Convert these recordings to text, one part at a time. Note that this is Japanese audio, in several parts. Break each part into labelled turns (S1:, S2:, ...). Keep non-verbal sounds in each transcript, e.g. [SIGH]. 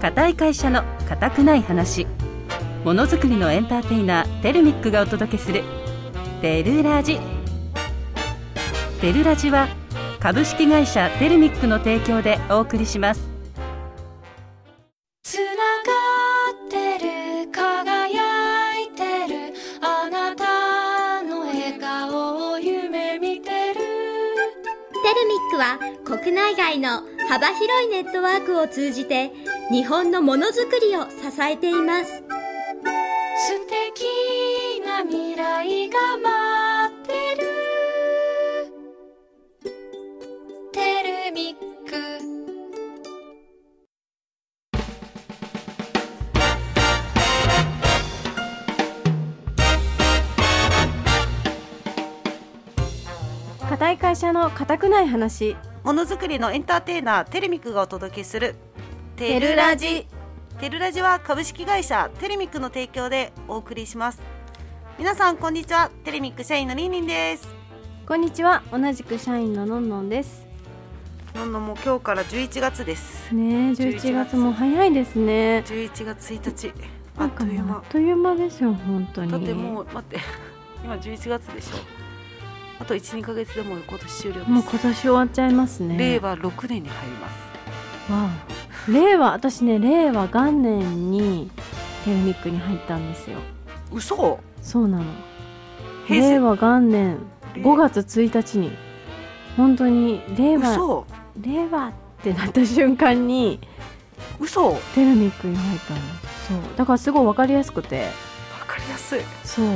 S1: 固い会社の固くない話ものづくりのエンターテイナーテルミックがお届けする「テルラジ」テルラジは株式会社テルミックの提供でお送りします
S2: つながってる輝いてるあなたの笑顔を夢見てる
S3: テルミックは国内外の幅広いネットワークを通じて日本のものづくりを支えています
S2: 素敵な未来が待ってるテルミック
S4: 固い会社の固くない話
S5: ものづくりのエンターテイナーテルミックがお届けするテ
S4: ジ
S5: テルラジは株式会社テルミックの提供でお送りします皆さんこんにちはテルミック社員のりんりんです
S4: こんにちは同じく社員ののんのんです
S5: のんのんも今日から11月です
S4: ねえ
S5: 11
S4: 11月も早いですね
S5: 11月1日あ
S4: なん
S5: っ
S4: か
S5: という
S4: もうあ
S5: 間
S4: っという間ですよ本当に
S5: だってもう待って [LAUGHS] 今11月でしょあと1、2ヶ月でもう今年終了です
S4: もう今年終わっちゃいますね
S5: 令和6年に入ります
S4: わあ令和私ね令和元年にテルミックに入ったんですよ
S5: 嘘
S4: そうなの
S5: 平成
S4: 令和元年5月1日に本当に令和
S5: 嘘
S4: 令和ってなった瞬間に
S5: 嘘わ
S4: テルミックに入ったのそうだからすごい分かりやすくて
S5: かりやすい
S4: そう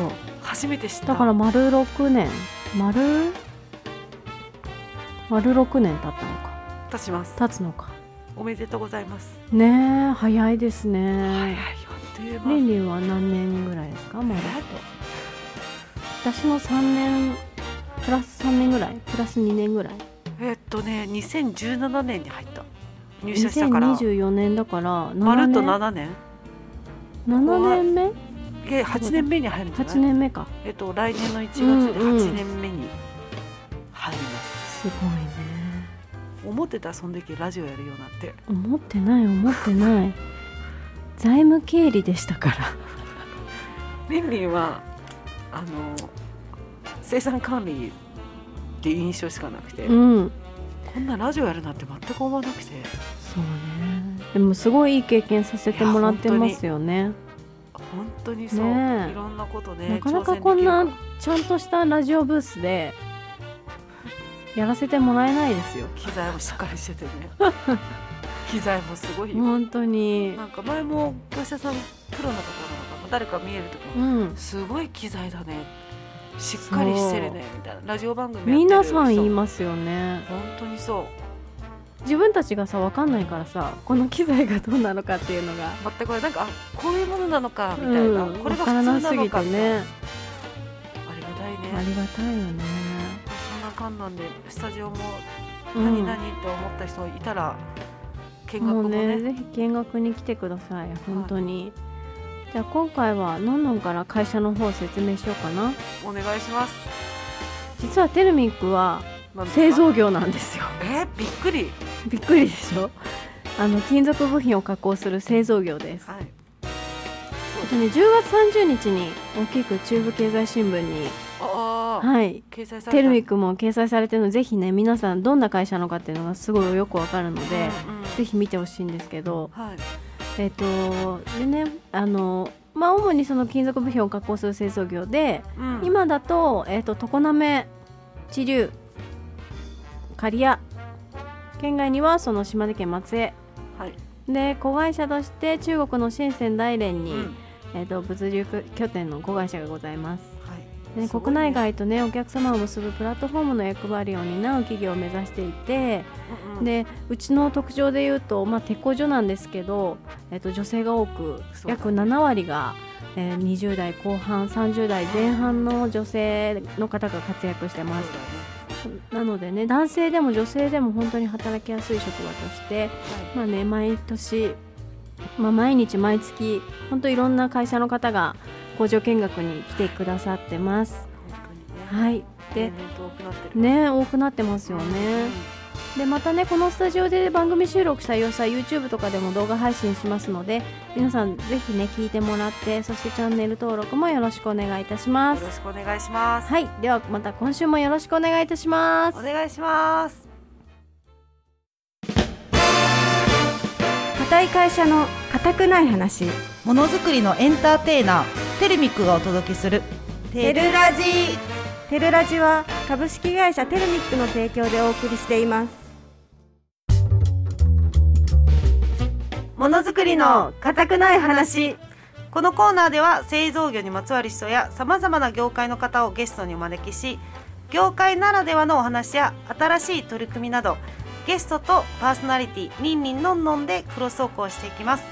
S5: 初めて知った
S4: だから丸6年丸丸6年経ったのか
S5: 立ちます
S4: 経つのか
S5: おめでとうございます
S4: ねえ早いです
S5: はい
S4: ね
S5: はいあっという間
S4: リンリンは何年ぐらいですか丸っと私の3年プラス3年ぐらいプラス2年ぐらい
S5: えっとね2017年に入った入社したから
S4: 2024年だから7年
S5: まるっと7年
S4: 7年目
S5: で8年目に入るんじゃない
S4: 8年目か
S5: えっと来年の1月で
S4: うんうん
S5: 8年目に入ります、
S4: すごいね
S5: 思ってたそん時ラジオやるようになって
S4: 思ってない思って [LAUGHS] ない財務経理でしたから
S5: りんりんはあの生産管理っていう印象しかなくて、
S4: うん
S5: こんなラジオやるなんて全く思わなくて
S4: そうねでもすごいいい経験させてもらってますよね
S5: 本当にそう、
S4: ねえ
S5: いろんなことね
S4: なかな
S5: 挑戦
S4: か
S5: できる
S4: こんなちゃんとしたラジオブースでやらせてもらえないですよ
S5: 機材もしっかりしてて
S4: [LAUGHS]
S5: ね機材もすごいよ
S4: 本当に
S5: なんか前も業者さんプロの方なのかな誰か見える時
S4: う
S5: も、
S4: ん
S5: すごい機材だねしっかりしてるねみたいなラジオ番組やってる
S4: 皆さん言い
S5: す
S4: ますよね
S5: 本当にそ
S4: 自分たちがさ分かんないからさこの機材がどうなのかっていうのが
S5: う全くなんかあこういうものなのかみたいな、
S4: うん
S5: これ
S4: 分
S5: が
S4: か
S5: 普
S4: ら
S5: 通な
S4: な
S5: のか
S4: すぎて
S5: みたいな
S4: ね
S5: ありがたいね
S4: ありがたいよね
S5: そんな感なんでスタジオも
S4: う
S5: 何
S4: ん
S5: 々って思った人いたら見学
S4: も
S5: も
S4: う
S5: ね
S4: ねぜひ見学に来てください本当に、じゃあ今回はのんのんから会社の方を説明しようかな
S5: お願いします
S4: 実はテルミックは
S5: なんですか
S4: 製造業なんですよ [LAUGHS]
S5: えーびっくり
S4: びっくりでしょあの金属部品を加工する製造業です
S5: はい
S4: でね10月30日に大きく中部経済新聞に
S5: ああ、
S4: はい
S5: 掲載された
S4: テルミックも掲載されてるのでぜひね皆さんどんな会社なのかっていうのがすごいよくわかるので、
S5: うんうん
S4: ぜひ見てほしいんですけど
S5: はい
S4: えっ、とでねあのまあ主にその金属部品を加工する製造業で、
S5: うん
S4: 今だと,、えっと常滑知立刈谷県外にはその島根県松江
S5: はい、
S4: で子会社として中国の深セン大連に、
S5: うん
S4: えっと物流拠点の子会社がございます
S5: はい
S4: でね
S5: すごい
S4: 国内外とねお客様を結ぶプラットフォームの役割を担う企業を目指していて、
S5: うんうん
S4: でうちの特徴で言うと、まあ、鉄工所なんですけど、えっと女性が多く
S5: そうだね
S4: 約7割が、えー20代後半30代前半の女性の方が活躍してますなのでね男性でも女性でも本当に働きやすい職場として、まあね、毎年、まあ、毎日毎月本当いろんな会社の方が工場見学に来てくださってます。
S5: 本当にね
S4: はい、で
S5: 年々遠くなってる
S4: ね多くなってますよね。
S5: うん
S4: でまたねこのスタジオで番組収録した様子は YouTube とかでも動画配信しますので皆さんぜひね聞いてもらってそしてチャンネル登録もよろしくお願いいたしま
S5: よろ
S4: す
S5: しくお願いします。
S4: はいではまた今週もよろしくお願いいたします
S5: お願いします。
S6: 固い会社の固くない話
S5: ものづくりのエンターテイナーテルミックがお届けする
S6: テルラジテルラジは株式会社テルミックの提供でお送りしています
S5: ものづくりの固くない話このコーナーでは製造業にまつわる人やさまざまな業界の方をゲストにお招きし業界ならではのお話や新しい取り組みなどゲストとパーソナリティリンリンのんのんでクロストークをしていきます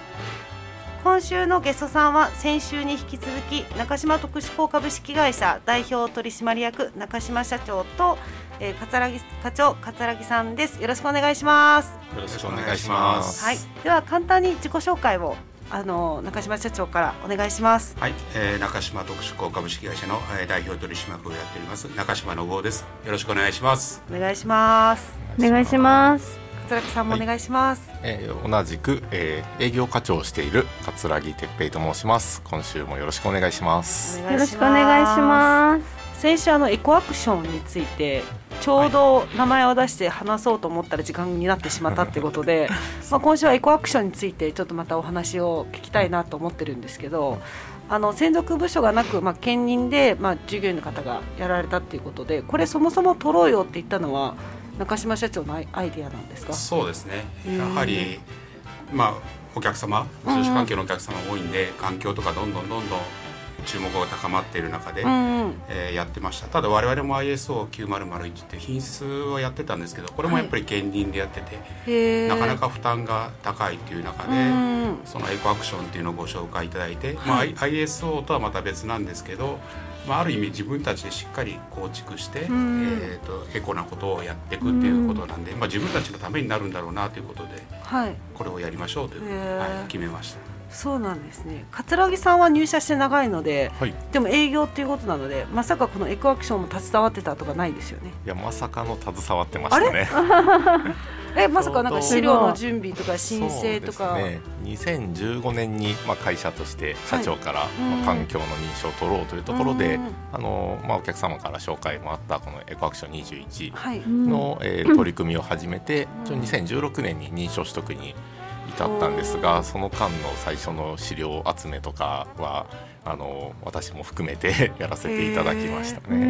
S5: 今週のゲストさんは先週に引き続き中島特殊鋼株式会社代表取締役中島社長と、えー、桂木課長桂木さんですよろしくお願いします
S7: よろしくお願いします。
S5: はい、では簡単に自己紹介をあの中島社長からお願いします。
S7: はい、えー中島特殊鋼株式会社の、えー代表取締役をやっております中島信夫です。よろしくお願いします。
S5: お願いします。
S4: お願いします
S5: 桂木さんもお願いします。
S8: えー同じく、えー営業課長をしている桂木哲平と申します今週もよろしくお願いします
S5: お
S4: よろしくお願いします
S5: す。先週あのエコアクションについて。ちょうど名前を出して話そうと思ったら時間になってしまったってことで、まあ今週はエコアクションについてちょっとまたお話を聞きたいなと思ってるんですけどあの専属部署がなく、まあ、兼任で、まあ、従業員の方がやられたっていうことでこれそもそも取ろうよって言ったのは中島社長のアイアイデアなんですか
S7: そうですね。
S5: うん
S7: やはり、まあお客様、中小環境のお客様多いんで、環境とかどんどんどんどん注目が高まっている中で、
S5: うん
S7: えーやってました。ただ我々も ISO9001 って品質をやってたんですけど、これもやっぱり減輪でやってて、
S5: へー
S7: なかなか負担が高いっていう中で。
S5: うん
S7: そのエコアクションっていうのをご紹介いただいて、まあ、I- ISO とはまた別なんですけど、まあ、ある意味自分たちでしっかり構築して、
S5: ん
S7: えー、とエコなことをやっていくっていうことなんで、まあ、自分たちのためになるんだろうなということで
S5: はい
S7: これをやりましょうという、
S5: へー
S7: はい、決めました。
S5: そうなんですね桂木さんは入社して長いので
S8: はいい
S5: でも営業っていうことなのでまさかこのエコアクションも携わってたとかないですよね
S8: やまさかの携わってました [LAUGHS] ね
S5: えまさかなんか資料の準備とか
S8: そう
S5: 申請とか、
S8: ですね2015年に、まあ、会社として社長から、
S5: うん
S8: まあ環境の認証を取ろうというところで、
S5: うん
S8: あのまあ、お客様から紹介もあったこのエコアクション21
S5: はい
S8: の、えー取り組みを始めて、ちょ2016年に認証取得に至ったんですがその間の最初の資料集めとかはあの私も含めて [LAUGHS] やらせていただきました
S4: へ
S8: ね。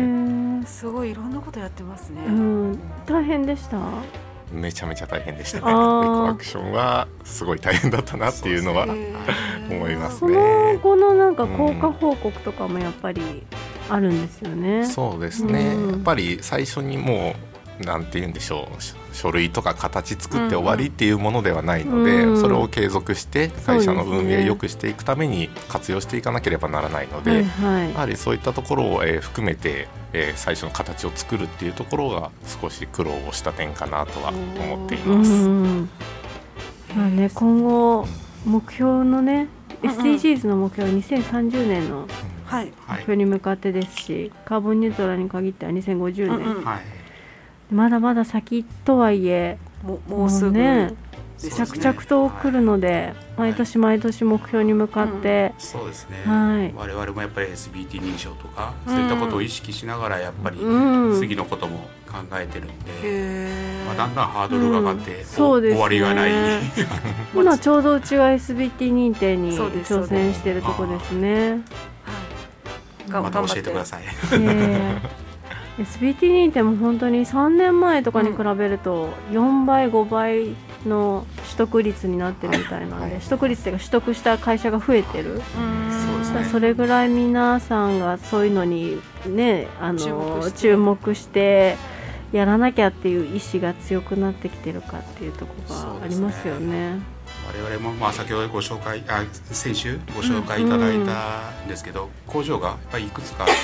S4: ー
S5: すごいいろんなことやってますね、
S4: うん大変でした
S8: めちゃめちゃ大変でしたね。
S4: あ
S8: エ
S4: ー
S8: コアクションはすごい大変だったなっていうのは
S5: そうですね
S8: 思います
S4: その
S8: ね。
S4: 後のなんか効果報告とかもやっぱりあるんですよね。
S8: そうですね、
S4: うん
S8: やっぱり最初にもうなんて言うんでしょう書書類とか形作って終わりっていうものではないので、
S4: うんうん
S8: それを継続して会社の
S4: そうです
S8: 運
S4: ね
S8: 営を良くしていくために活用していかなければならないので、
S4: はいはい
S8: やはりそういったところを、えー含めて、えー最初の形を作るっていうところが少し苦労をした点かなとは思ってい
S4: うん
S8: ます。
S4: うんまあね、今後目標のね SDGs の目標は2030年の
S5: はい、
S7: は
S4: 目
S7: い
S4: 標に向かってですしカーボンニュートラルに限っては2050
S5: うん
S4: 年、
S5: うん
S7: はい
S4: まだまだ先とはいえ
S5: ももうすぐ、
S4: もうね
S5: ですね
S4: 着々と来るので毎年毎年目標に向かって、
S7: そうですね、
S4: はい
S7: 我々もやっぱり SBT 認証とかそういったことを意識しながらやっぱり
S4: うん
S7: 次のことも考えてるんで、
S5: へー
S7: まあ、だんだんハードルが上がって、
S4: うんそうですね
S7: 終わりがない
S4: 今ちょうどうちは SBT 認定に
S5: そうですそうで
S4: 挑
S5: す
S4: 戦してるとこですね。
S5: はいが
S7: [LAUGHS] また
S5: 頑張
S7: 教
S5: っ
S7: えてください。
S4: えー SBT 認定も本当に3年前とかに比べると4倍5倍の取得率になってるみたいなんで、取得率っていうか取得した会社が増えてる、
S5: うん
S7: そうですね
S4: それぐらい皆さんがそういうのにねあの
S5: 注目して
S4: 注目してやらなきゃっていう意志が強くなってきてるかっていうところがありますよね。
S7: 我々もまあ先ほどご紹介あ先週ご紹介いただいたんですけど、工場がやっぱりいくつかあって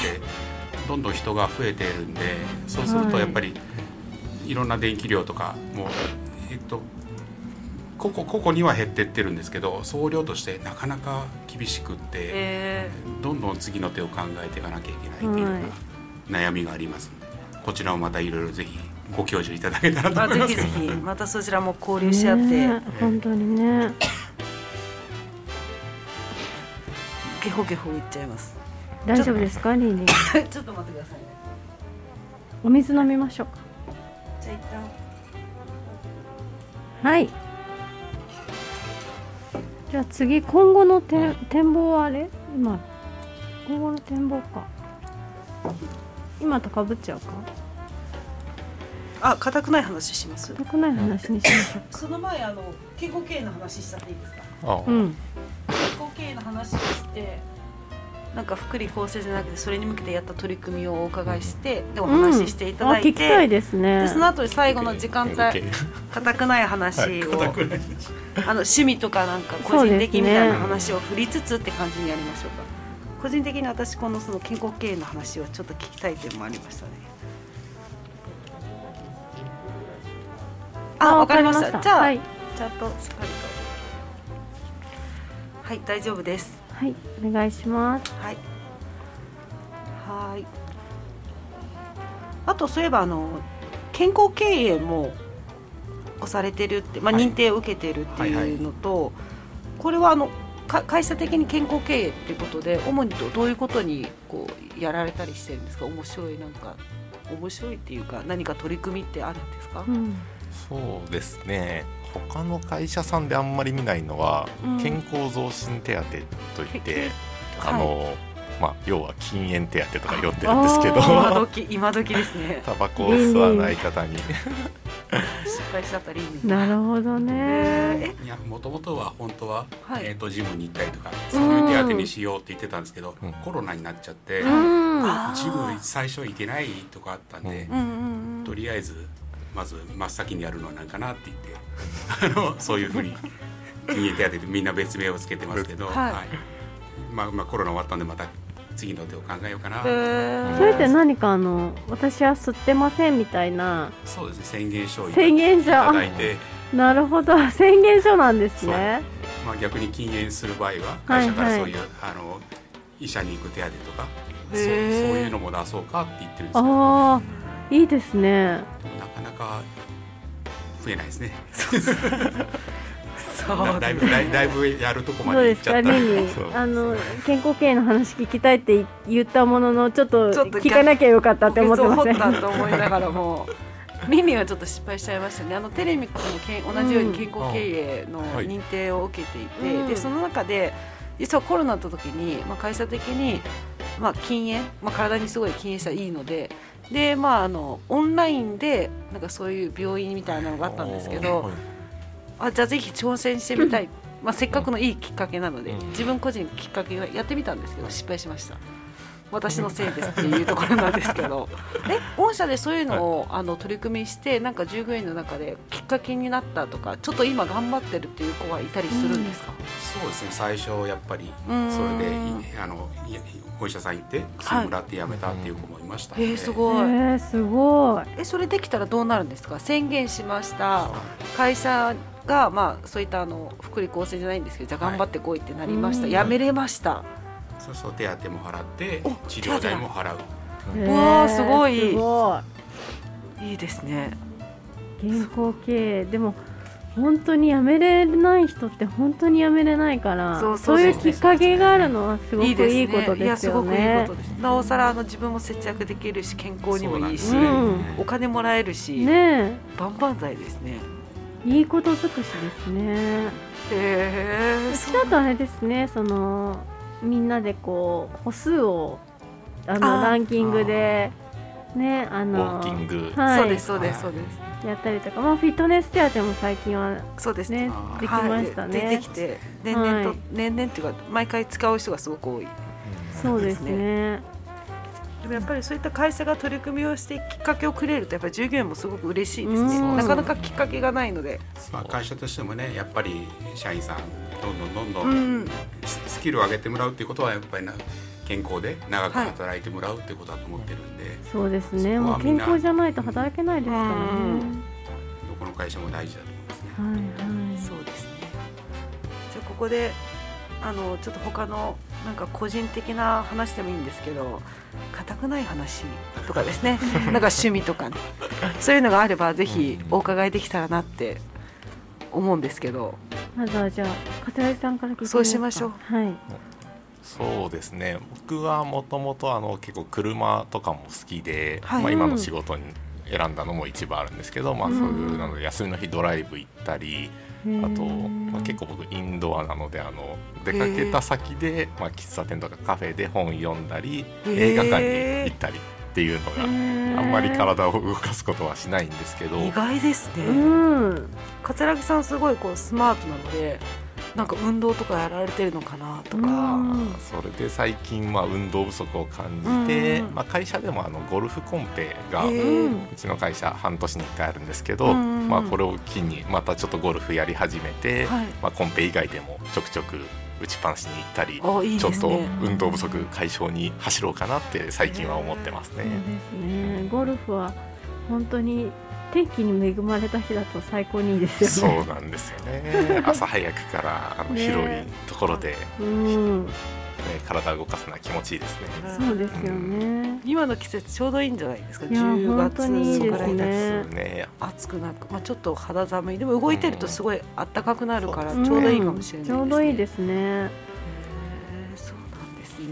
S7: どんどん人が増えているんでそうするとやっぱりいろんな電気量とかもうえっと個々個々には減ってってるんですけど総量としてなかなか厳しくって、
S5: え
S7: どんどん次の手を考えていかなきゃいけないっていうような
S4: はい
S7: 悩みがありますのでこちらをまたいろいろぜひご教授いただけたらと
S5: まあ、
S7: 思い
S5: ぜ
S7: ます
S5: ひ
S7: けど
S5: ぜひまたそちらも交流し合って、
S4: ねえ本当にね
S5: ゲホゲホ言っちゃいます
S4: 大丈夫ですかリーリ
S5: [LAUGHS]
S4: ー
S5: ちょっと待ってくださいね
S4: お水飲みましょうか
S5: じゃあ一旦
S4: はいじゃあ次今後のて展望はあれ今今後の展望か今とかぶっちゃうか
S5: あ硬くない話します
S4: 良くない話にしましょう
S5: その前あの健康経営の話しちゃっていいですか
S8: あ
S4: う、ん
S5: 健康経営の話をしてなんか福利厚生じゃなくてそれに向けてやった取り組みをお伺いしてでお話ししていた
S4: あ
S5: だ
S4: 聞
S5: い
S4: きた
S5: て、
S4: いですね
S5: でその後に最後の時間帯
S8: はい
S5: 硬くない話を、
S7: 硬くない
S5: あの趣味とかなんか個
S4: そ
S5: 人
S4: うですね
S5: 的みたいな話を振りつつって感じにやりましょうか個人的に私このその健康経営の話をちょっと聞きたい点もありましたねあわかりました
S4: わ
S5: じゃあ、
S4: はい、
S5: ちゃんとしっかりとはい大丈夫です
S4: はい、お願いします
S5: はい。はーい。あとそういえばあの健康経営もをされてるって、まあ
S7: はい
S5: 認定を受けてるって
S7: はいはい
S5: いうのと、これはあのか会社的に健康経営っていうことで主にどどういうことにこうやられたりしてるんですか。面白いなんか面白いっていうか何か取り組みってあるんですか。
S4: うん
S8: そうですね他の会社さんであんまり見ないのは、
S5: うん
S8: 健康増進手当といって、
S5: はい
S8: あの、まあ、要は禁煙手当とか呼んでるんですけど。
S5: 今時今時ですね
S8: [LAUGHS] タバコを吸わない方に
S5: 失敗しちゃったり。
S4: なるほど
S5: え
S4: ね
S5: ー
S7: いやもともとは本当は、
S5: はい
S7: えー、とジムに行ったりとかそういう手当てにしようって言ってたんですけど、
S8: うん
S7: コロナになっちゃって、
S4: うん
S5: あー
S7: ジム最初行けないとかあったんで
S8: う
S5: うんうんうん
S7: とりあえずまず真っ先にやるのは何かなって言って [LAUGHS] あのそういうふうに禁煙手当でみんな別名をつけてますけど、
S5: はい
S7: まあ、まあコロナ終わったんでまた次の手を考えようかな、
S5: へー
S4: それって何かあの私は吸ってませんみたいな
S7: そうですね宣言書をいた
S4: 宣言書あ
S7: だいて、
S4: なるほど宣言書なんですね
S7: まあ、逆に禁煙する場合は会社か
S4: は
S7: ら
S4: い
S7: そ
S4: は
S7: う
S4: い
S7: いう、あの医者に行く手当とか
S5: へー
S7: そうそういうのも出そうかって言ってるんですけどでも
S4: ああいいですね
S7: なかなか増えないですね
S5: そう
S7: だだいぶだいだいぶやるとこ
S4: ど
S7: ま
S4: うで
S7: で行っ
S4: す
S7: ちゃ
S4: かリ
S7: った [LAUGHS] んで
S4: ンに
S8: そう
S4: あの健康経営の話聞きたいって言ったもののちょっと
S5: ちょっと
S4: 聞かなきゃよかったって思ってま
S5: 掘
S4: せ
S5: っ
S4: ん
S5: たと思いながらもミミはちょっと失敗しちゃいましたねあのテレミックもけん同じように健康経営の
S8: はい
S5: 認定を受けていて、
S4: うん
S5: でその中で実はコロナの時に、まあ、会社的に、まあ、禁煙、まあ、体にすごい禁煙したらいいのでで、まあ、あのオンラインでなんかそういう病院みたいなのがあったんですけど、あじゃあぜひ挑戦してみたい、まあ、せっかくのいいきっかけなので、
S8: うん
S5: 自分個人のきっかけはやってみたんですけど失敗しました私のせいですっていうところなんですけどえ御社でそういうのを、あの取り組みしてなんか従業員の中できっかけになったとかちょっと今頑張ってるっていう子はいたりするんですか、
S7: そうですね最初やっぱり
S5: うーん
S7: それでいあのいお医者さん行って薬もらってやめたっていう子もいましたの
S5: え
S7: で、
S5: ーす
S4: [LAUGHS] え
S5: ごい、
S4: ー、すごい
S5: えそれできたらどうなるんですか宣言しました会社が、まあ、そういったあの福利厚生じゃないんですけどじゃあ頑張ってこいってなりました、
S4: はい
S5: やめれました、
S7: そうそう手当も払って
S5: お
S7: 治療代も払う
S4: えー
S5: わーすごい
S4: すご
S5: いいですね
S4: い健康経営でも本当にやめれない人って本当にやめれないか
S5: そ
S4: らそうう
S5: そうそう
S4: いうきっかけがあるのはすごくい
S5: いいですね
S4: いこと
S5: いや
S4: です
S5: す
S4: よ
S5: ごくいい
S4: ね
S5: ことですなおさらあの自分も節約できるし健康にもいいし、
S7: そうなん
S4: うん
S7: ですね
S5: お金もらえるし、
S4: ね
S5: 万々歳ですね
S4: えいいこと尽くしですね
S5: へえ
S4: うちだとあれですねそのみんなでこう歩数をあの
S5: あー
S4: ランキングでねあ
S8: ウォ
S4: の
S8: ーキング
S5: そ
S4: は
S5: う
S4: い
S5: ですそうですそうです
S4: やったりとか、まあ、フィットネス手当も最近は
S5: そうです
S4: ね
S7: あー
S4: できましたね、
S5: はい、でできて年々と、
S4: はい
S5: 年々っていうか毎回使う人がすごく多い
S4: そうですね
S5: でもやっぱりそういった会社が取り組みをしてきっかけをくれるとやっぱり従業員もすごく嬉しいです
S4: う
S5: ね
S4: ん
S5: なかなかきっかけがないので
S7: まあ、会社としてもねやっぱり社員さんどんどんどんど
S5: うんん
S7: ススキルを上げてもらうっていうことはやっぱりな健康で長く働いてもらうっていうことだと思ってるんで、
S4: そうですね
S7: そこ
S4: も
S7: は
S4: う
S7: み
S4: 健
S7: んな
S4: 康じゃないと働けないですからね
S5: うん
S7: どこの会社も大事だと思いますね。
S4: はいはい
S5: そうですね。じゃあここであのちょっと他のなんか個人的な
S8: [LAUGHS]
S5: 話でもいいんですけど、固くない話とかですね。なんか趣味とかね、そういうのがあればぜひお伺いできたらなって思うんですけど
S4: まずはじゃあ桂井さんから聞いてみすか
S5: そうしましょう
S4: はい
S8: そうですね僕はもともとあの結構車とかも好きで、
S5: はい
S8: まあ、今の仕事に選んだのも一部あるんですけど、まあ、そういうなので休みの日ドライブ行ったり、あと、まあ、結構僕インドアなのであの出かけた先で、まあ、喫茶店とかカフェで本読んだ
S5: へ
S8: り
S5: ー
S8: 映画館に行ったりっていうのが、あんまり体を動かすことはしないんですけど。
S5: 意外です
S4: う
S5: ね
S4: ん
S5: 桂木さんすごいこうスマートなのでなんか運動とかやられてるのかなとか、
S4: うん
S8: それで最近は運動不足を感じて、
S5: うんうん
S8: まあ、会社でもあのゴルフコンペが
S5: へ
S8: う
S5: ー
S8: ちの会社半年に1回あるんですけど、
S5: うんうんうん
S8: まあ、これを機にまたちょっとゴルフやり始めて、
S5: はい
S8: まあ、コンペ以外でもちょくちょく打ちっぱなしに行ったり
S5: あいい
S8: ちょ
S5: で
S8: っ
S5: す
S8: と
S5: ね
S8: 運動不足解消に走ろうかなって最近は思ってますね
S4: そう。ですねゴルフは本当に天気に恵まれた日だと最高にいいです
S8: そ
S4: よね
S8: うなんですよ
S5: [LAUGHS]
S8: ね朝早くからあの
S4: ね
S8: 広いところで、ね、
S4: うん
S8: 体を動かすのは気持ちいいですね。
S4: そうですよね
S5: 今の季節ちょうどいいんじゃないですか
S4: いや
S5: 10
S4: 本
S5: 月
S4: 当にいい
S5: そ
S4: で
S5: こ
S4: す
S5: ら辺
S4: ね
S8: ですね
S5: 暑くなく、まあ、ちょっと肌寒いでも動いてるとすごい暖かくなるから
S8: うん
S5: ちょうどいいかもしれないですね、
S4: ちょうどいいですすね
S5: そうなんですね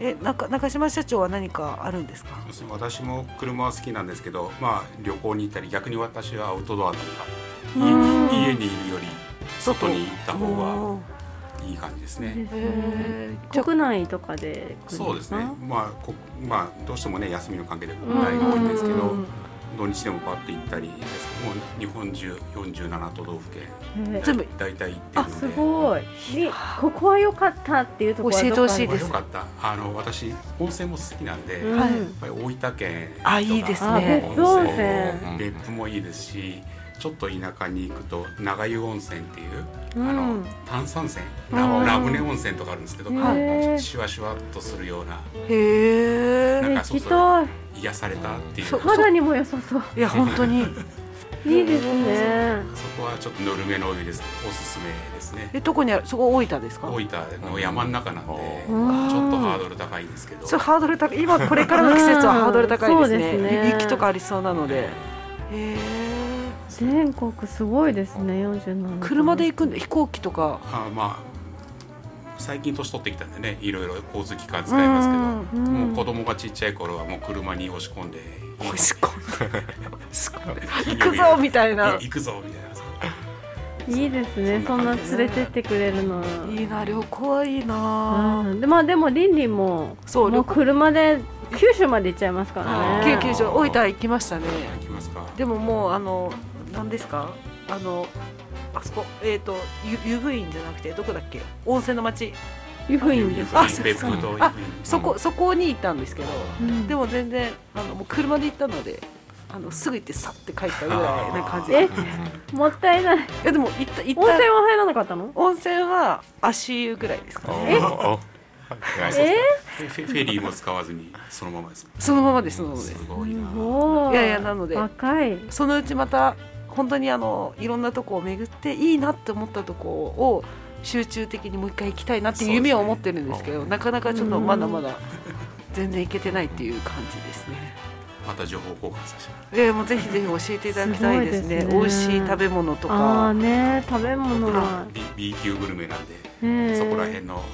S5: えなんか中島社長は何かあるんですか
S7: そうですね私も車は好きなんですけど、まあ、旅行に行ったり逆に私はアウトドアとかい
S5: うん
S7: 家にいるより外に行った方が
S5: おー
S7: いい感じです
S4: いい
S7: ね
S4: で。すね
S5: えーじゃ
S4: 国内とかで
S7: そうですね、まあこまあ、どうしてもね休みの関係で国
S5: あ
S7: 内が多いんですけ
S5: う
S7: ど
S5: ん
S7: 土日でもパッと行ったりですもう日本中47都道府県
S4: へえ
S5: 全部
S7: 大体行ってるの
S4: す
S7: で。
S4: ごいでここは良かったっていうところはどこあ
S5: 教えて
S4: り
S5: ほ
S4: ま
S5: しいです
S7: まあよかったあの私温泉も好きなんで、
S4: う
S7: やっ
S5: はい
S4: ん
S7: ぱり大分県とか
S5: あいいです
S4: あ
S5: ね
S4: 別荘温泉
S8: うん
S7: 別府もいいですしちょっと田舎に行くと長湯温泉っていう、
S4: うん
S7: あの炭酸泉ラ
S5: うん
S7: ラムネ温泉とかあるんですけど、
S4: へえ
S7: シュワシュワっとするような
S5: へ
S7: な
S5: え
S4: 行
S7: んかそう
S4: き
S7: そう
S4: たい
S7: 癒されたっていう
S5: そ
S7: そう
S4: 肌にも良さそう
S5: いや本当に
S4: いいですね
S7: こはちょっとぬるめのお湯ですおすすめですね
S5: えどこにあるそこ大分ですか
S7: 大分の山の中なんで、
S4: うん
S7: ちょっとハードル高いんですけど、
S5: そうハードル高い今これからの季節はハードル高いですね
S4: [LAUGHS] うんそうですね
S5: 雪とかありそうなのでへえ
S4: 全国すごいですね47
S5: 車で行
S4: く
S5: くんで飛行機とか
S7: あまあ最近年取ってきたんでねいろいろ交通機関使いますけど、
S4: う
S7: もうん子供がちっちゃい頃はもう車に押し込んで
S5: 押し込ん
S7: で
S5: で行くぞみたいな
S7: 行くぞみたいなそう
S4: いいですねそ
S7: そ
S4: ん
S7: ん
S4: な
S7: な感
S4: 連れてってくれるの
S5: いいな旅行はいいな
S4: うんでまあでもリンリンも
S5: そう旅
S4: もう
S5: 行
S4: 車で九州まで行っちゃいますから
S7: あ
S4: ね
S5: 救急車大分行きましたね
S7: 行きますか
S5: でももうあの何ですかあのあそこえっ、とゆ湯布院じゃなくてどこだっけ温泉の町
S4: 湯布院です
S5: あ
S7: 別別府と
S5: あ
S7: 別
S5: そこ、そこに行ったんですけど
S4: うん
S5: でも全然あのもう車で行ったのであのすぐ行ってさって帰ったぐらいな感じ
S4: え
S5: で
S4: もったいない
S5: いやでも行った行
S4: 温
S5: っ
S4: 泉
S5: た
S4: は入らなかったの
S5: 温泉は足湯ぐらいですかね
S8: おーおーはい
S4: え
S7: フェフェフェリーも使わずにそのままです
S5: そのままですのです
S7: ごい
S4: ー
S7: な
S4: もう
S5: いやいやなので
S4: 若い
S5: そのうちまた本当にあのいろんなとこを巡っていいなって思ったとこを集中的にもう一回行きたいなっていう夢を持ってるんですけどなかなかちょっとまだまだ全然行けてないっていう感じですね。
S7: また情報交換させてもら
S5: えー、もうぜひぜひ教えていただきたいですね
S4: すごいですね
S5: 美味しい食べ物と
S4: ああ
S5: か、
S4: ね食べ物が
S7: う B, B 級グルメなんで、
S4: ね
S7: そこら辺の、はい、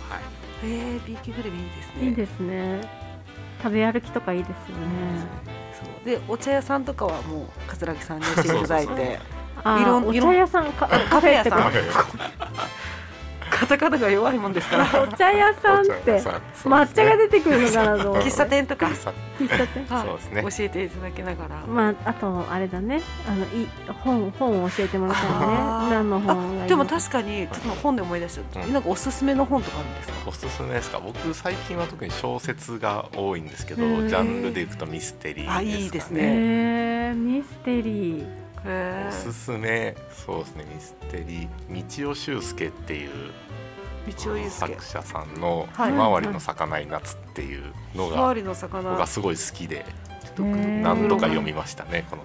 S5: えー、B 級グルメいいですね
S4: いいですね食べ歩きとかいいですよね
S5: そうでお茶屋さんとかはもう桂木さんに教えていただい
S7: そうそう
S5: て
S4: あー
S5: いろん
S4: お
S5: いろ
S4: 茶
S5: ん
S4: 屋さんか
S5: カフェ屋さん
S4: カ
S8: はい
S5: カタカナが弱いもんですから
S4: お茶屋さんっ
S8: お茶
S4: て
S8: 屋さんそうで
S4: 抹
S8: す
S4: 茶
S8: ね
S4: が出てくるのかなと思って
S5: 喫茶店とか、
S8: 喫茶
S4: 喫茶店
S5: はい
S8: そうですね
S5: 教えていただきながら、
S4: まああとあれだねあのい本本を教えてもらったら
S5: あー
S4: ね何の本がいい
S5: でも
S4: か
S5: 確かにちょっと本で思い出した、
S8: うん
S5: なんかおすすめの本とかあるんですか
S8: おすすめですか僕最近は特に小説が多いんですけど
S4: へー
S8: ジャンルでいくとミステリーですか、
S5: あ
S8: ね、
S5: いいですね
S4: へーミステリー
S5: へ
S8: おす
S5: ー
S8: すめそうですねミステリー道尾修介っていう
S5: 道をゆうすけ
S8: 作者さんの「
S5: はい
S8: ひまわりの咲かない夏」っていうのが、
S5: 周りの
S8: 僕
S5: 魚
S8: はすごい好きで
S4: へー
S8: 何度か読みましたねこの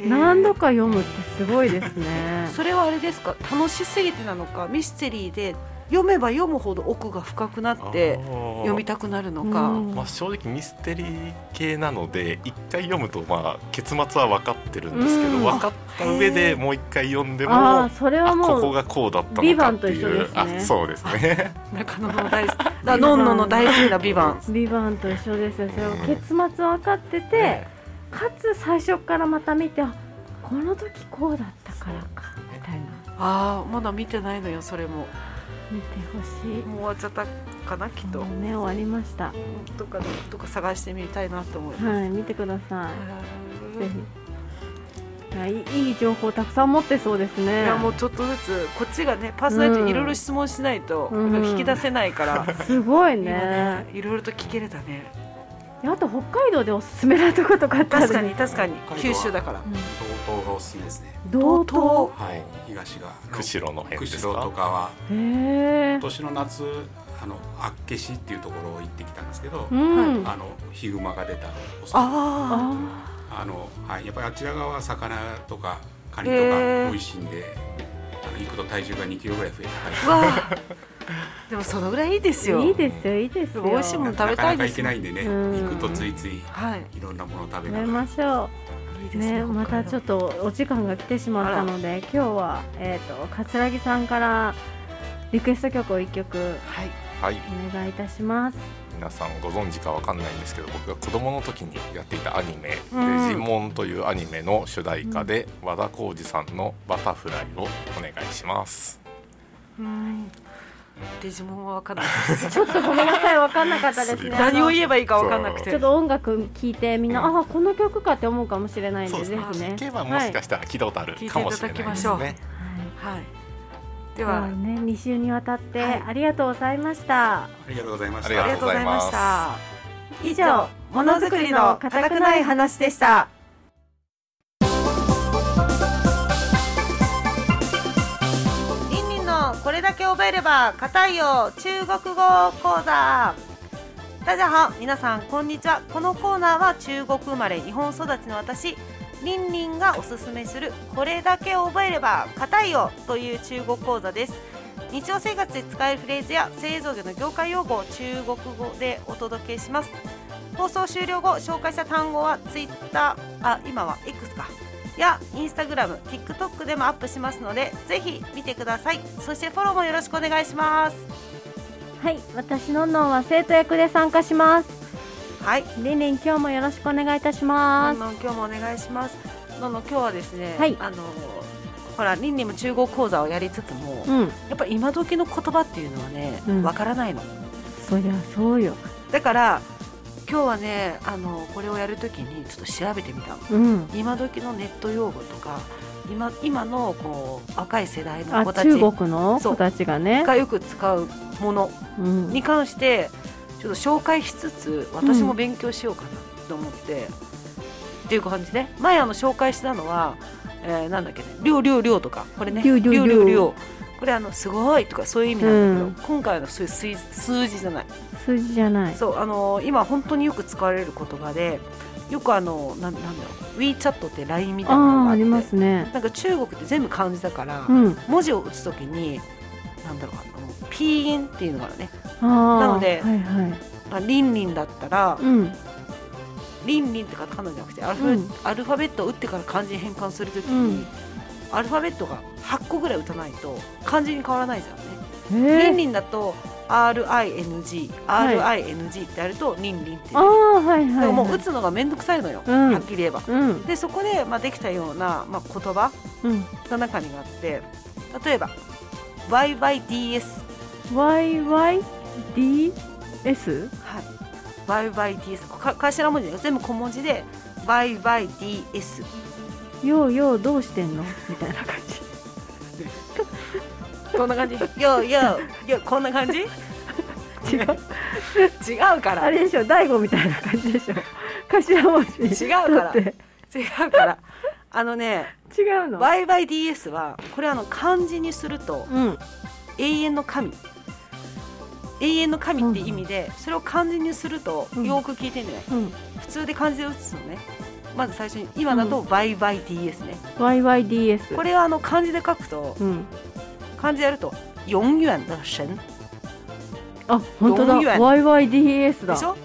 S5: えー
S4: 何度か読むってすごいですね
S5: それはあれですか楽しすぎてなのかミステリーで読めば読むほど奥が深くなって読みたくなるのか、
S4: うん
S8: まあ、正直ミステリー系なので一回読むとまあ結末は分かってるんですけど、
S4: うん
S8: 分かった上でもう一回読んでも
S4: ああ
S8: あ
S4: それはも
S8: こ
S4: う
S8: こがこうだった
S4: ビ
S8: の
S4: バ
S8: か
S4: ン
S8: って
S4: と一
S8: い
S4: 緒
S8: う
S4: ですね
S8: あそうで
S4: [LAUGHS]
S8: すね
S5: 中野の大好きだのんのの大好きな美版
S4: ビバンと一緒ですよそれは結末分かってて、かつ最初からまた見てあこの時こうだったからかみたいな
S5: ああまだ見てないのよそれも
S4: 見てほしい
S5: もう終わっちゃったかなきっと、
S4: もうね終わりました
S5: どっかどっか探してみたいなと思います、
S4: はい見てください
S5: うん
S4: ぜひいやいいいい情報たくさん持ってそうですね
S5: いやもうちょっとずつこっちがねパーソナリティいろいろ質問しないと、
S4: うん
S5: なんか引き出せないから、
S4: すごい
S5: 今
S4: [LAUGHS] ね
S5: ねいろいろと聞けれたね
S4: あと北海道でおすすめなとことかあったら
S5: 確かに確かに
S7: 北海道
S5: 九
S7: は
S5: 州だから
S7: 道東がおすすめですね
S4: 道東
S7: はい東が
S8: 釧路の辺ですか
S7: 釧路とかは
S4: へえ
S7: 今年の夏あの厚岸っていうところを行ってきたんですけど、
S4: うん
S7: あのヒグマが出たおそ
S5: あ
S4: あ
S7: あの、はい、やっぱりあちら側は魚とかカニと
S5: へ
S7: か
S5: ー
S7: 美味しいんで、あの行くと体重が2キロぐらい増えて、
S5: あわあ [LAUGHS] でもそのぐらいいいですよ
S4: いいですよいいですよ
S5: 美味しいも
S7: は
S5: の
S7: い、
S5: 食べ
S7: な
S5: た
S7: か
S5: い
S7: なか
S5: で
S7: 行
S5: す
S7: け
S5: よ
S7: ないんでね、
S4: うん
S7: 行くとついつい
S5: はい
S7: いろんなものを食べ
S4: 食べ
S7: ながら
S4: ましょう
S5: いいです
S4: ね、ま
S5: 北
S4: た
S5: 海道
S4: ちょっとお時間が来てしまったので今日は、えー、と桂木さんからリクエスト曲を1曲
S5: はい
S8: はい
S4: お願いいたします
S8: 皆さんご存知かわかんないんですけど僕が子供の時にやっていたアニメ「
S5: うん
S8: デジモン」というアニメの主題歌で、和田浩二さんの「バタフライ」をお願いします
S5: うんデジモンは分かんない
S4: ちょっとごめんなさい分かんなかったですね
S5: 何を
S4: あの
S5: 言えばいいか分かんなく
S4: ちょ
S5: て
S4: っと音楽聴いてみんな、
S8: うん
S4: ああこの曲かって思うかもしれないんで
S8: そうですね
S4: ぜひね
S8: 聞けばもしかしたら聞いたことあるかもしれないです
S5: はい聞い
S8: ね、
S4: はい
S5: はいで
S4: 今日は
S5: は
S4: ね2週にわたって
S5: はい
S4: ありがとうございました、
S7: ありがとうございまし
S5: あ
S8: あ
S7: た
S5: り
S8: り
S5: がと
S8: がと
S5: うご
S8: うご
S5: ざ
S8: ざ
S5: い
S8: い
S5: ま
S8: ま
S5: し
S8: した
S6: 以上ものづくりの固くない話でした
S5: リンリンのこれだけ覚えれば硬いよ中国語講座大家好皆さんこんにちはこのコーナーは中国生まれ日本育ちの私リンリンがおすすめするこれだけ覚えれば硬いよという中国講座です日常生活で使えるフレーズや製造業の業界用語を中国語でお届けします放送終了後紹介した単語はツイッターあ今は X かやインスタグラム TikTok でもアップしますのでぜひ見てくださいそしてフォローもよろしくお願いします
S4: はい私のんのんは生徒役で参加します
S5: はい
S4: りんりん今日もよろしくお願いいたし
S5: の
S4: ま
S5: ん
S4: す
S5: のん今日もお願いしますのんのん今日はですね、
S4: はい
S5: あのほらりんりんも中国講座をやりつつも、
S4: うん
S5: やっぱ今時の言葉っていうのはねわ、
S4: うん
S5: からないの
S4: そりゃそうよ
S5: だから今日はねあのこれをやるときにちょっと調べてみたの
S4: うん
S5: 今時のネット用語とか今今のこう若い世代の
S4: あ
S5: 子たち
S4: 中国の
S5: そう
S4: 子たちがね
S5: がよく使うもの
S4: うん
S5: に関してちょっと紹介しつつ私も勉強しようかなと思って、っていう感じね前あの紹介したのは、えーなんだっけね「りょうりょうりょう」とかこれね「
S4: り
S5: りょうり
S4: ょうりょ
S5: ょう
S4: うりょう
S5: りょう」これあのすごいとかそういう意味なんだけど、今回のそういう数数字じゃない
S4: 数字じゃない
S5: そうあのー今本当によく使われる言葉でよくあのなんなんだろう WeChat って LINE みたいなの
S4: ああ
S5: が
S4: ー
S5: あ
S4: あ
S5: っ
S4: り
S5: て
S4: ますね
S5: なんか中国って全部漢字だから、
S4: うん
S5: 文字を打つときになんだろうあのピーインっていうのがあるね
S4: あー
S5: なので
S4: はいはい
S5: まあ、リンリンだったら、
S4: うん
S5: リンリンって書かないんじゃなくてアルファ,、
S4: うん
S5: アルファベットを打ってから漢字に変換するとき
S4: う
S5: に
S4: ん、
S5: アルファベットが8個ぐらい打たないと漢字に変わらないじゃんね、
S4: へ
S5: リン
S4: え
S5: リンだと RING、RING ってやるとリンリンっていう、
S4: ああはい
S5: だか
S4: はい
S5: ら
S4: はい
S5: もう打つのが面倒くさいのよ、
S4: うん
S5: はっきり言えば
S4: うん
S5: でそこで、まあ、できたような、まあ、言葉
S4: うん
S5: が中にはあって例えば YYDS
S4: YYDS
S5: はい、バイバイ DS か頭文字が全部小文字でバイバイ DS
S4: ようようどうしてんのみたいな感じ
S5: こんな感じよよよこんな感じ違う違うから
S4: あれでしょ大悟みたいな感じでしょ頭文字
S5: 違うから
S4: 取って
S5: 違うからあのね
S4: 違うの
S5: バイバイ DS はこれあの漢字にすると
S4: うん
S5: 永遠の神永遠の神って意味で、それを漢字にすると、
S4: うん
S5: よく聞いてんじゃない
S4: うん
S5: 普通で漢字で打つのねまず最初に今だとバイバイ DS ね、
S4: YYDS
S5: これはあの漢字で書くと
S4: うん
S5: 漢字やると永遠的神
S4: あ本当だ
S5: 4
S4: YYDS だ
S5: でしょ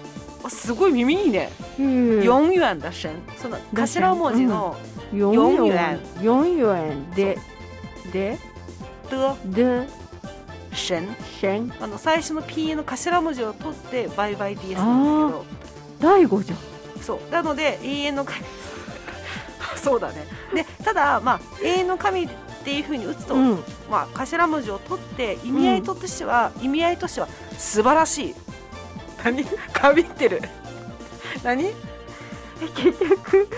S5: あすごい耳いいね、
S4: うん
S5: 永遠的神その頭文字の
S4: 4
S5: 4
S4: 円
S5: 円
S4: 4円でで
S5: 的
S4: で
S5: 神
S4: 千
S5: あの最初の P の頭文字を取ってバイバイ DS なんだけど
S4: 第五じゃん
S5: そうなので永遠の神 [LAUGHS] そうだねでただまあ永遠の神っていうふうに打つと、
S4: うん
S5: まあ頭文字を取って意味合いとしては、意味合いとしては素晴らしい何かびってる何
S4: 結局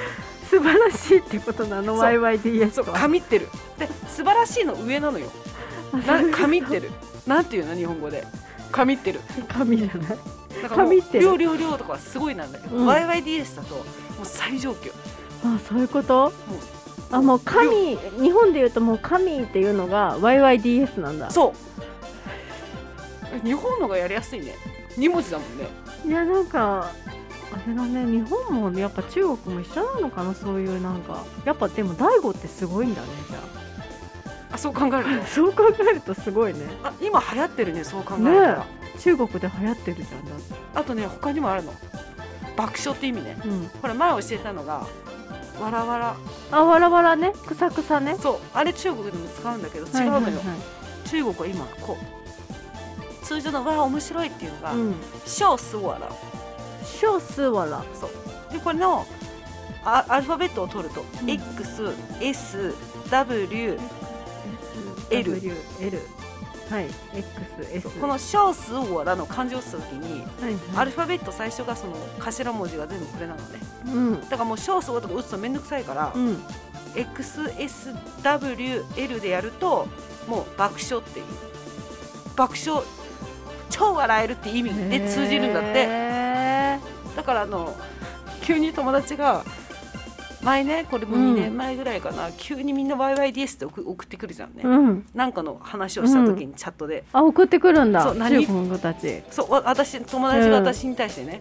S4: 素晴らしいってことなの
S5: そう
S4: YYDS
S5: そう
S4: と
S5: かみってるで素晴らしいの上なのよな [LAUGHS] かみってるなんていうの日本語でかみってる
S4: 神じゃない
S5: だからも
S4: 神
S5: う
S4: ってる
S5: 量量量とかはすごいなんだけど、
S4: うん
S5: YYDS だともう最上級
S4: あそういうことあもう神日本で言うともう神っていうのが YYDS なんだ
S5: そう日本のがやりやすいね2文字だもんね
S4: いやなんかあれだね日本もやっぱ中国も一緒なのかなそういうなんかやっぱでも第五ってすごいんだねじゃ
S5: あそう考えると
S4: [LAUGHS] あ [LAUGHS] そう考えるとすごいね
S5: あ今流行ってるねそう考え
S4: ね
S5: たら、
S4: え中国で流行ってるじゃんだって
S5: あとね他にもあるの爆笑って意味ね
S4: うん
S5: ほら前教えたのがわらわら
S4: あわらわらねくさくさね
S5: そうあれ中国でも使うんだけど違うのよ、
S4: はいはいはい
S5: 中国は今こう通常の「わあ面白い」っていうのが
S4: うん
S5: 「ショースわら
S4: 少数わら」
S5: でこれのあアルファベットを取ると、XSW L
S4: L はい XS
S5: この「ショースわら」の漢字を打つときに
S4: はい
S5: ア
S4: はい
S5: ルファベット最初がその頭文字が全部これなのね
S4: うん
S5: だからもう「ショースわら」とか打つとめんどくさいから、
S4: うん
S5: XSWL でやるともう爆笑っていう爆笑超笑えるって意味で通じるんだって、
S4: へ
S5: だからあの急に友達が前ねこれも2年前ぐらいかな、急にみんな YYDS って送送ってくるじゃんね、
S4: ーうん
S5: なんかの話をした時にチャットで、
S4: あ送ってくるんだ
S5: そう
S4: 中
S5: 何
S4: 国の子たち
S5: そうわ私友達が私に対してね、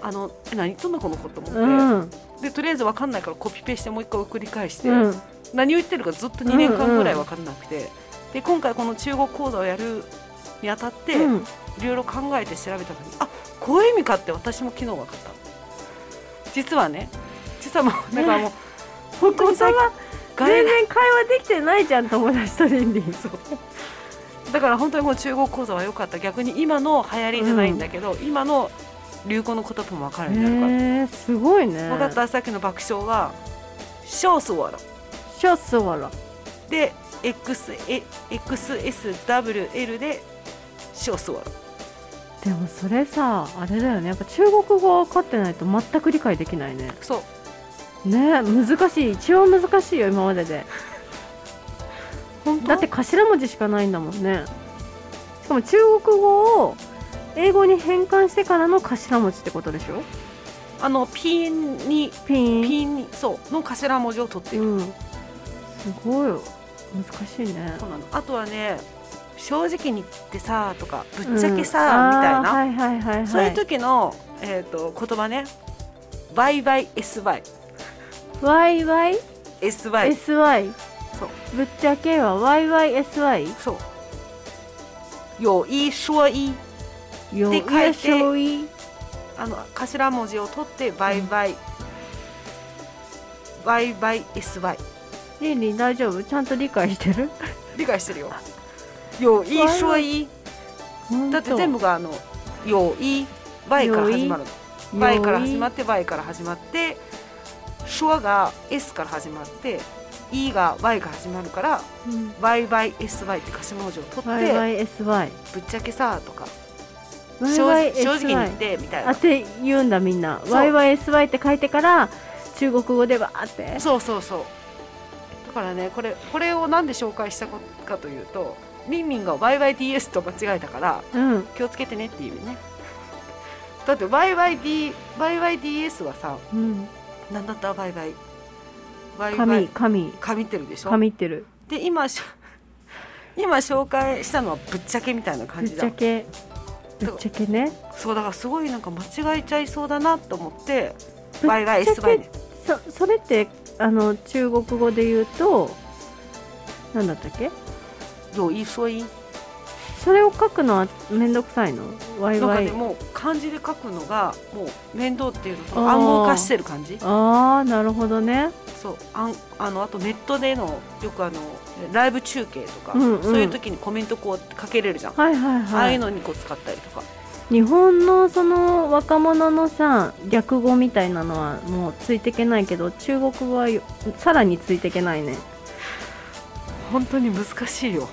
S5: あのえ何言っとんのこの子と思って、
S4: うんうん
S5: でとりあえず分かんないからコピペしてもう一回送り返して、何を言ってるかずっと2年間ぐらい分かんなくて、で今回この中国講座をやるにあたって、
S4: うん
S5: いろいろ考えて調べた時にあこういう意味かって私も昨日分かった実はね実はもうだからもう本当にさ
S4: 全
S5: 外
S4: 然会話できてないじゃん友達とリンリンそう
S5: だから本当にもう中国講座は良かった逆に今の流行りじゃないんだけど、今の流行の言葉も分かるようになるから、
S4: へえすごいね
S5: 分かったさっきの爆笑は「ショースワラ
S4: シャスワラ」
S5: で XSWL で「ショースワラ」
S4: でもそれさあれだよねやっぱ中国語分かってないと全く理解できないね
S5: そう
S4: ね難しい一番難しいよ今まで [LAUGHS] で
S5: 本当
S4: だって頭文字しかないんだもんねしかも中国語を英語に変換してからの頭文字ってことでしょ
S5: あのピンに
S4: ピーン
S5: ピンにそうの頭文字を取ってる
S4: うん、すごい難しいね
S5: そうなのあとはね正直に言ってさとかぶ
S4: うん
S5: っちゃけさ、みたいな、
S4: あーはいはいはいはい
S5: そういう時の、えー、と言葉ね「バイバイ SY」「SY」
S4: YYSY
S5: そう
S4: ぶっちゃけは YYSY
S5: そう「よい说い
S4: よ
S5: って書いて
S4: しょい」
S5: あの頭文字を取って「バイバイ」バイバイ SY」
S4: リンリン大丈夫ちゃんと理解してる
S5: 理解してるよ「よい说い」 [LAUGHS] だって全部があの「よい」「バイ」から始まるの。バイから始ま
S4: っ
S5: ってバイから始まってショアが S から始まって E が Y から始まるから
S4: て、うん、
S5: YYSY って頭文字を取って、
S4: YYSY
S5: ぶっちゃけさとか正直
S4: YYSY
S5: 正直に言ってみたい
S4: あ
S5: な
S4: って言うんだみんな
S5: そう
S4: YYSY って書いてから中国語でわーって
S5: そうそうそうだからねこれこれをなんで紹介したかというとミンミンが YYDS と間違えたから
S4: うん
S5: 気をつけてねっていうねだって YYD YYDS はさ
S4: うん
S5: 何だったバイバイバイバ
S4: 神
S5: イ
S4: 神
S5: 神ってるでしょ
S4: 神ってる
S5: で今しょ今紹介したのはぶっちゃけみたいな感
S4: ぶっ
S5: じ
S4: ち
S5: だ
S4: ゃけぶっちゃけね
S5: そうだからすごいなんか間違えちゃいそうだなと思って
S4: ぶっちゃけ
S5: バイバイ S バイね
S4: そそれってあの中国語で言うとなんだったっけ
S5: よいそい
S4: それを書くのは面倒くさいのワイ
S5: なん
S4: ワ
S5: か
S4: イ
S5: ねもう漢字で書くのがもう面倒っていうの
S4: あー
S5: と暗号化してる感じ
S4: ああなるほどね
S5: そうあんあのあとネットでのよくあのライブ中継とか、
S4: うんうん
S5: そういう時にコメントこうかけれるじゃん、
S4: はいはい
S5: ああ
S4: は
S5: いう
S4: い
S5: のにこう使ったりとか
S4: 日本のその若者のさ略語みたいなのはもうついてけないけど中国語はよさらについてけないね
S5: 本当に難しいよ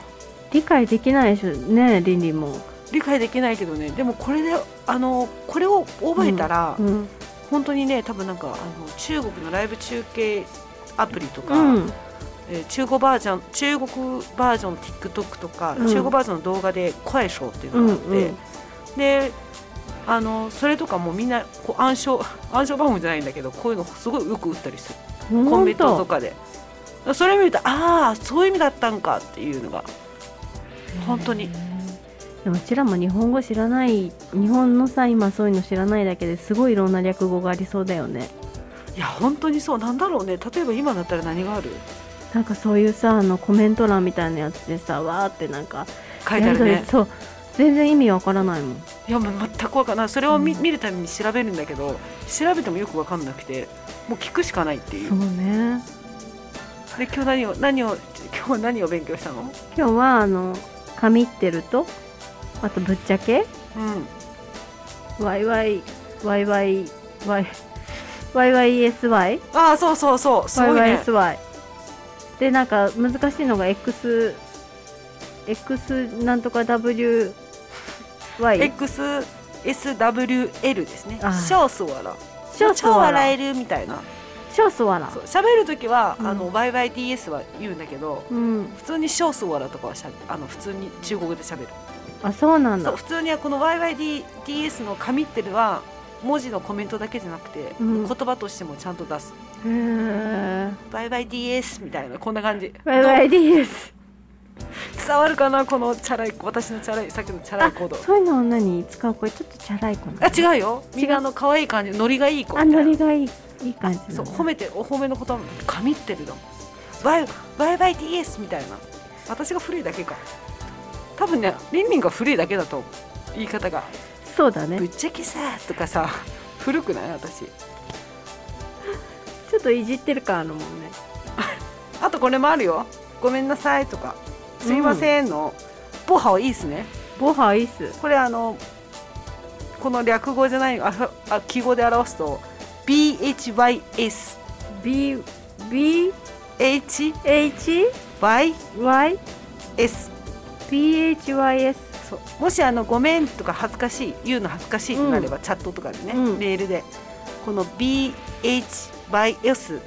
S4: 理解できないでしょね倫理も、
S5: 理解できないけどねでもこれであのこれを覚えたら、
S4: うん
S5: 本当にね多分なんかあの中国のライブ中継アプリとか、
S4: うん、
S5: えー中国バージョン中国バージョン TikTok とか、
S4: うん
S5: 中国バージョンの動画で「声ショー」っていうのがあって、
S4: うんうん
S5: であのそれとかもうみんなこう暗証 [LAUGHS] 暗証番号じゃないんだけどこういうのすごいよく打ったりするコンビニとかでそれ見るとああそういう意味だったんかっていうのが本当に
S4: でもうちらも日本語知らない日本のさ今そういうの知らないだけですごいいろんな略語がありそうだよね
S5: いや本当にそうなんだろうね例えば今だったら何がある
S4: なんかそういうさあのコメント欄みたいなやつでさわーってなんか
S5: 書いてある
S4: やり
S5: ね
S4: とりそう全然意味わからないもん
S5: いやもう全くわかんないそれを見,、見るために調べるんだけど調べてもよくわかんなくてもう聞くしかないっていう
S4: そうね
S5: で今日何を何を今日は何を勉強したの？
S4: 今日はあの「神ってると」あと「ぶっちゃけ
S5: うん。」
S4: ワイワイワイワイワイワイワイ SY
S5: ああそうそうそうすごいね。
S4: YYSY でなんか難しいのが XX なんとか WY
S5: X S W L ですね。
S4: あー
S5: ショースワラ。
S4: ショース
S5: 超
S4: ワラ
S5: 笑えるみたいな。
S4: ショースワラ
S5: そう喋るときは、
S4: うん
S5: あの YYDS は言うんだけど。
S4: うん
S5: 普通にショースワラとかはしゃあの普通に中国語で喋る。
S4: あそうなん
S5: そう
S4: だ
S5: 普通にはこの YYDS の紙ってるは文字のコメントだけじゃなくて、
S4: うん
S5: 言葉としてもちゃんと出す。
S4: へえ
S5: YYDS みたいなこんな感じ。
S4: YYDS
S5: 伝わるかなこのチャラい私のチャラいさっきのチャラい行動。
S4: そういうのは何使うこれちょっとチャラい子なの
S5: あ違うよ
S4: 違う
S5: みんなあの可愛い感じノリがいい子
S4: [LAUGHS] あ
S5: みた
S4: ノ
S5: いな
S4: リがいいいい感じなの
S5: そう褒めてお褒めの言葉もかみってるのバイバイバイ DS みたいな私が古いだけか多分ねりんりんが古いだけだと思う言い方が
S4: そうだ
S5: ぶ
S4: ね
S5: っちゃけさとかさ古くない私
S4: ちょっといじってる感あるもんね
S5: あとこれもあるよごめんなさいとかすいませんの、ボハはいいですね
S4: ボハイス
S5: これあのこの略語じゃないあふあ記号で表すと BHYS
S4: BBHYPH
S5: HYS そうもしあのごめんとか恥ずかしい言うの恥ずかしいとなれば、チャットとかでね、
S4: うん
S5: メールでこの BHYS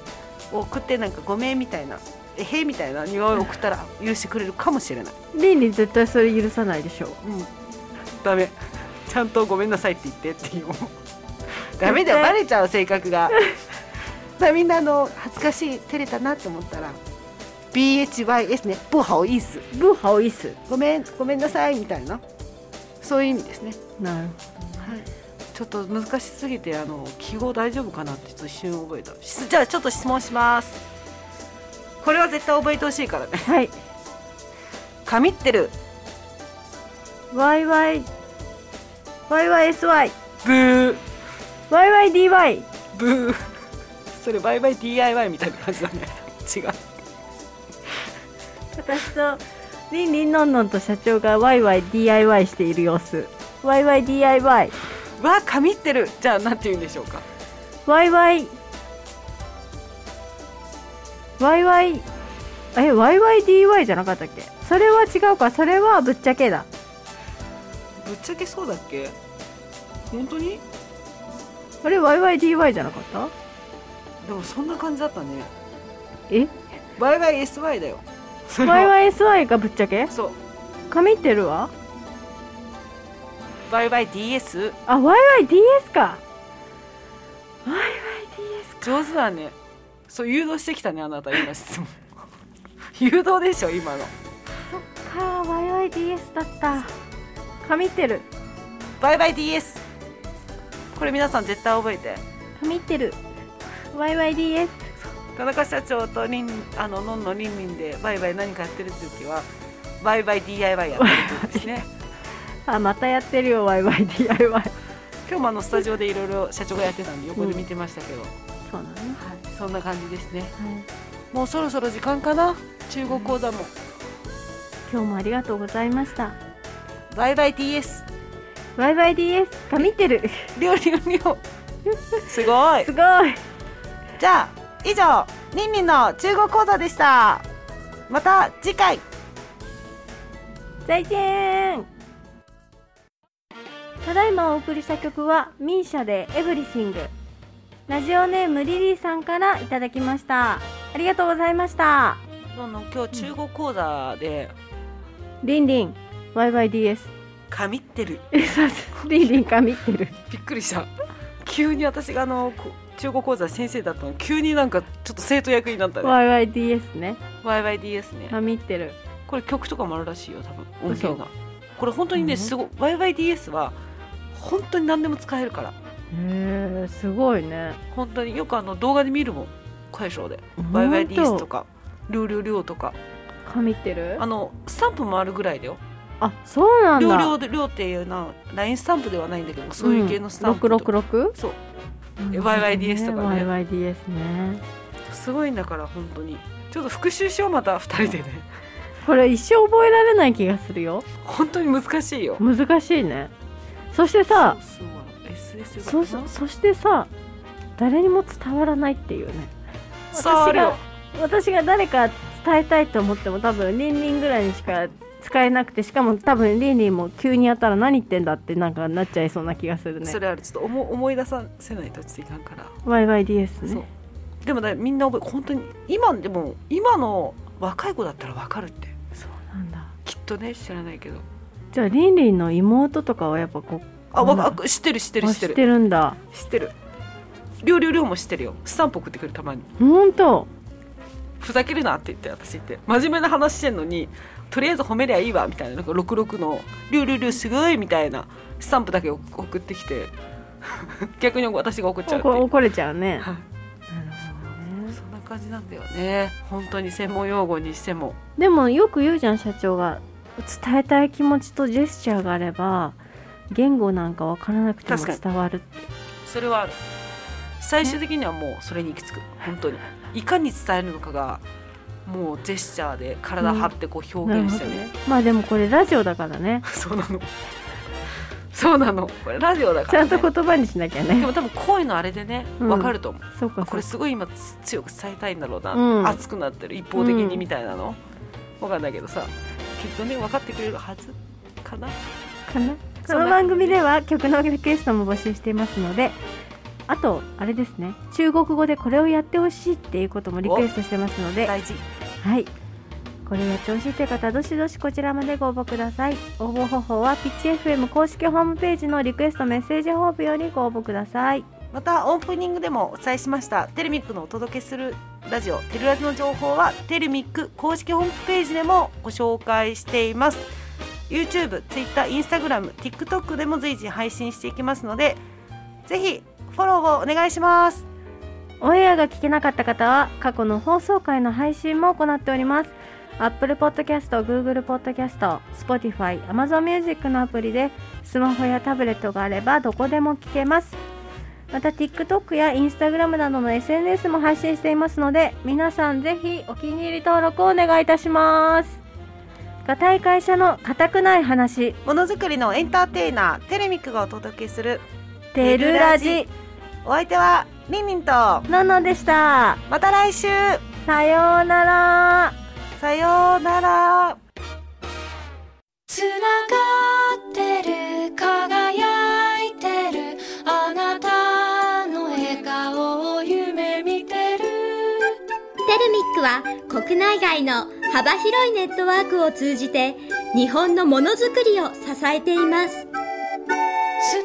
S5: を送ってなんかごめんみたいなえへいみたいな匂いを送ったら許してくれるかもしれない、
S4: リンリン絶対それ許さないでしょ
S5: うん、ダメちゃんとごめんなさいって言ってっていうダメだよバレちゃう性格が [LAUGHS] だからみんなあの恥ずかしい照れたなって思ったら BHYS ねボハオイース
S4: ブーハオイス
S5: ごめんごめんなさいみたいなそういう意味ですね
S4: なる
S5: はい、ちょっと難しすぎてあの記号大丈夫かなってちょっと一瞬覚えたしじゃあちょっと質問しますこれは絶対覚えてほしいからね
S4: はい
S5: 神ってる
S4: YYYYSYYYDY
S5: ブーブー [LAUGHS] それバイバイ DIY みたいな感じだね [LAUGHS] 違う
S4: 私とリンリンノンノンと社長が YYDIY している様子 YYDIY
S5: わあ神ってるじゃあなんて言うんでしょうか
S4: YY YY え YYDY じゃなかったっけそれは違うかそれはぶっちゃけだ
S5: ぶっちゃけそうだっけ本当に
S4: あれ YYDY じゃなかった
S5: でもそんな感じだったね
S4: え
S5: バイバイ SY だよそれは
S4: YYSY がぶっちゃけ
S5: そう
S4: 神ってるわ
S5: バイバイ DS
S4: あ YYDS か
S5: 上手だねそう誘導してきたねあなた今質問 [LAUGHS] 誘導でしょ今の
S4: か YYDS だった神ってる
S5: バイバイ DS これ皆さん絶対覚えて
S4: 神ってる YYDS
S5: 田中社長とりんあののんのりんりんでバイバイ何かやってる時はバイバイ DIY やってる時ですね
S4: あまたやってるよワイワイ
S5: 今
S4: DIY
S5: 日もあのスタジオでいろいろ社長がやってたんで横で見てましたけど、
S4: そうなのね
S5: はい、そんな感じですね
S4: はい
S5: もうそろそろ時間かな中国講座も
S4: 今日もありがとうございました
S5: バイバイ TS
S4: YYDS 神ってる
S5: りょうりょうりょう [LAUGHS] すごい
S4: すごい
S5: じゃあ以上りんりんの中国講座でしたまた次回
S4: 再見ただいまお送りした曲は MISIA で「エブリシング」ラジオネームリリーさんからいただきましたありがとうございました
S5: あの今日中国講座で
S4: リンリン YYDS
S5: 神ってる
S4: えさリンリン神ってる
S5: びっくりした急に私があのこ中国講座先生だったの急になんかちょっと生徒役になったね
S4: YYDS ね
S5: YYDS ね
S4: 神ってる
S5: これ曲とかもあるらしいよ多分音
S4: 嘘
S5: 源がこれ本当にね
S4: うん
S5: すごい YYDS は本当に何でも使えるから
S4: へえすごいね
S5: 本当によくあの動画で見るもん解消で
S4: ほんと
S5: YYDS とかりょうりょうりょうとか
S4: 神ってる
S5: あのスタンプもあるぐらいだよ
S4: あそうなん
S5: りょう
S4: だ
S5: りょうでりょうっていうなラインスタンプではないんだけどそういう系のスタンプとか、
S4: 666
S5: そう
S4: うん
S5: YYDS とかね
S4: YYDS ね
S5: すごいんだから本当にちょっと復習しようまた2人でね
S4: これ一生覚えられない気がするよ
S5: 本当に難しいよ
S4: 難しいねそしてさ
S5: そうそう SS
S4: そそそしてさ誰にも伝わらないっていうね
S5: 伝わるよ
S4: 私が誰か伝えたいと思っても多分リンリンぐらいにしか使えなくてしかも多分リンリンも急にやったら何言ってんだってなんかなっちゃいそうな気がするね
S5: それあるちょっと思思い出させないとちょっといかんから
S4: YYDS
S5: そう
S4: ね
S5: でもねみんな覚え本当に今でも今の若い子だったらわかるって
S4: そうなんだ
S5: きっとね知らないけど
S4: じゃあリンリンの妹とかはやっぱこう
S5: あ
S4: うん
S5: わか知ってる知ってる
S4: あ
S5: 知って
S4: 知っ
S5: る
S4: てるんだ
S5: 知ってるりょうりょうりょうも知ってるよスタンプ送ってくるたまに
S4: ほんと
S5: ふざけるなって言って私言って真面目な話してんのにとりあえず褒めりゃいいわみたいななんか66の「りゅうりゅうりゅうすごい」みたいなスタンプだけ送ってきて逆に私が怒っちゃうって
S4: 怒
S5: いう
S4: 怒れちゃう
S5: は
S4: ね
S5: い
S4: なるほどね
S5: そんな感じなんだよね本当に専門用語にしても
S4: でもよく言うじゃん社長が伝えたい気持ちとジェスチャーがあれば言語なんかわからなくても
S5: 確かに
S4: 伝わるって
S5: それはある最終的にはもうそれに行き着く本当にいかに伝えるのかがもうジェスチャーで体張ってこう表現してね
S4: まあでもこれラジオだか
S5: [LAUGHS]
S4: らね
S5: そうなのそうなのこれラジオだか
S4: ちゃ
S5: ら、
S4: ん
S5: ね、
S4: と言葉にしなきゃ
S5: で
S4: ね
S5: も多分声のあれでね
S4: うん
S5: 分かると思う、
S4: そうか
S5: こ
S4: そう
S5: れ
S4: か
S5: すごい今つ強く伝えたいんだろうな、
S4: うん
S5: 熱くなってる一方的
S4: う
S5: に
S4: ん
S5: みたいなの、わかんないけどさきっとね分かってくれるはずかな
S4: かな
S5: そん
S4: こ
S5: な
S4: の番組では曲のリクエストも募集していますのであとあれですね中国語でこれをやってほしいっていうこともリクエストしてますので
S5: 大事
S4: はい。これやってほしいという方、どしどしこちらまでご応募ください。応募方法はピッチ FM 公式ホームページのリクエストメッセージホームよりご応募ください。
S5: またオープニングでもお伝えしましたテルミックのお届けするラジオテルラジの情報はテルミック公式ホームページでもご紹介しています YouTube、Twitter、Instagram、TikTok でも随時配信していきますのでぜひフォローをお願いします
S4: オンエアが聞けなかった方は過去の放送回の配信も行っております。Apple Podcast、Google Podcast、Spotify、Amazon Music のアプリでスマホやタブレットがあればどこでも聞けます。また TikTok や Instagram などの SNS も配信していますので皆さんぜひお気に入り登録をお願いいたします。固い会社の固くない話、
S5: ものづくりのエンターテイナーテルミックがお届けする
S4: テルラジ、
S5: お相手はりんりんと
S4: のんのんでした。
S5: また来週
S4: さようなら。
S5: さようなら
S2: つながってる輝いてるあなたの笑顔を夢見てる
S3: テルミックは国内外の幅広いネットワークを通じて日本のものづくりを支えています
S2: 素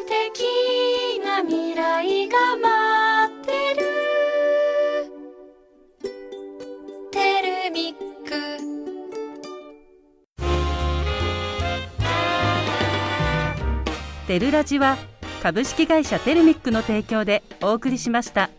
S2: 敵な未来が待ってるテルミック
S1: テルラジは株式会社テルミックの提供でお送りしました。